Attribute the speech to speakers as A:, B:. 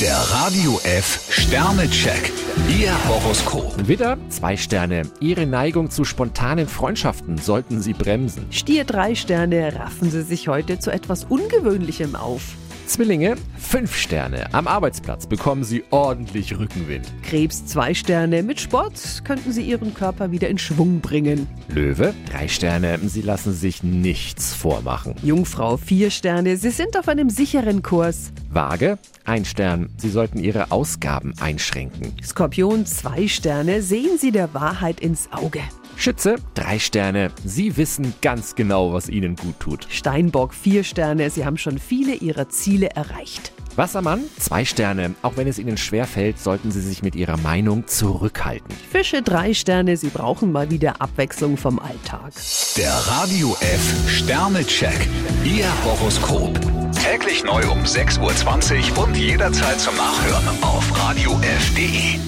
A: Der Radio F Sternecheck. Ihr Horoskop.
B: Widder, zwei Sterne. Ihre Neigung zu spontanen Freundschaften sollten Sie bremsen.
C: Stier drei Sterne, raffen Sie sich heute zu etwas Ungewöhnlichem auf.
B: Zwillinge, fünf Sterne. Am Arbeitsplatz bekommen Sie ordentlich Rückenwind.
C: Krebs zwei Sterne, mit Sport könnten Sie Ihren Körper wieder in Schwung bringen.
B: Löwe, drei Sterne. Sie lassen sich nichts vormachen.
C: Jungfrau vier Sterne, Sie sind auf einem sicheren Kurs.
B: Waage, ein Stern. Sie sollten Ihre Ausgaben einschränken.
C: Skorpion zwei Sterne, sehen Sie der Wahrheit ins Auge.
B: Schütze, drei Sterne. Sie wissen ganz genau, was Ihnen gut tut.
C: Steinbock vier Sterne, Sie haben schon viele Ihrer Ziele erreicht.
B: Wassermann, zwei Sterne. Auch wenn es Ihnen schwer fällt, sollten Sie sich mit Ihrer Meinung zurückhalten.
C: Fische drei Sterne, Sie brauchen mal wieder Abwechslung vom Alltag.
A: Der Radio F Sternecheck. Ihr Horoskop. Täglich neu um 6.20 Uhr und jederzeit zum Nachhören auf Radio radiof.de.